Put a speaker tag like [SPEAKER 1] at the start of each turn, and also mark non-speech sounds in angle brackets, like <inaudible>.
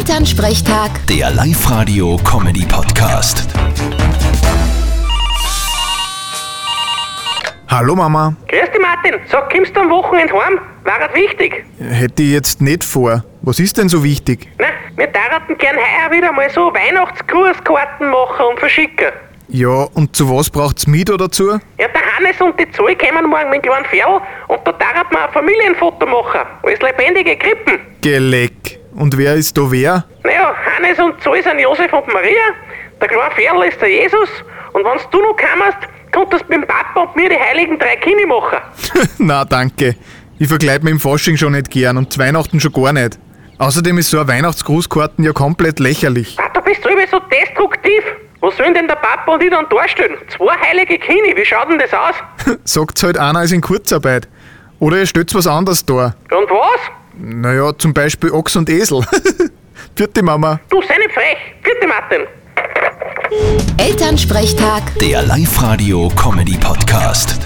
[SPEAKER 1] Elternsprechtag,
[SPEAKER 2] Der Live-Radio-Comedy-Podcast.
[SPEAKER 3] Hallo Mama,
[SPEAKER 4] Grüß dich, Martin. Sag, kommst du am Wochenende heim? War das wichtig?
[SPEAKER 3] hätte ich jetzt nicht vor. Was ist denn so wichtig?
[SPEAKER 4] Na, wir würden gern heuer wieder mal so Weihnachtskurskarten machen und verschicken.
[SPEAKER 3] Ja, und zu was braucht's mit oder zu?
[SPEAKER 4] Ja, der Hannes und die Zoe kommen morgen mit dem kleinen Pferd und da darf man ein Familienfoto machen. Als lebendige Krippen.
[SPEAKER 3] Geleck. Und wer ist da wer? <laughs>
[SPEAKER 4] Naja, Hannes und Zoe sind Josef und Maria, der kleine Pferdl ist der Jesus und wenn's du noch kammerst, konntest du mit dem Papa und mir die heiligen drei Kinder machen.
[SPEAKER 3] Na, danke. Ich vergleiche mich im Fasching schon nicht gern und zu Weihnachten schon gar nicht. Außerdem ist so ein Weihnachtsgrußkarten ja komplett lächerlich.
[SPEAKER 4] Ah, da bist du immer so destruktiv. Was sollen denn der Papa und ich dann darstellen? Zwei heilige Kinder, wie schaut denn das aus?
[SPEAKER 3] Sagt's halt einer ist in Kurzarbeit. Oder ihr stellt's was anderes dar.
[SPEAKER 4] Und was?
[SPEAKER 3] Naja, zum Beispiel Ochs und Esel. <laughs> Vierte Mama.
[SPEAKER 4] Du sei nicht frech. Vierte Martin.
[SPEAKER 1] Elternsprechtag.
[SPEAKER 2] Der Live-Radio-Comedy-Podcast.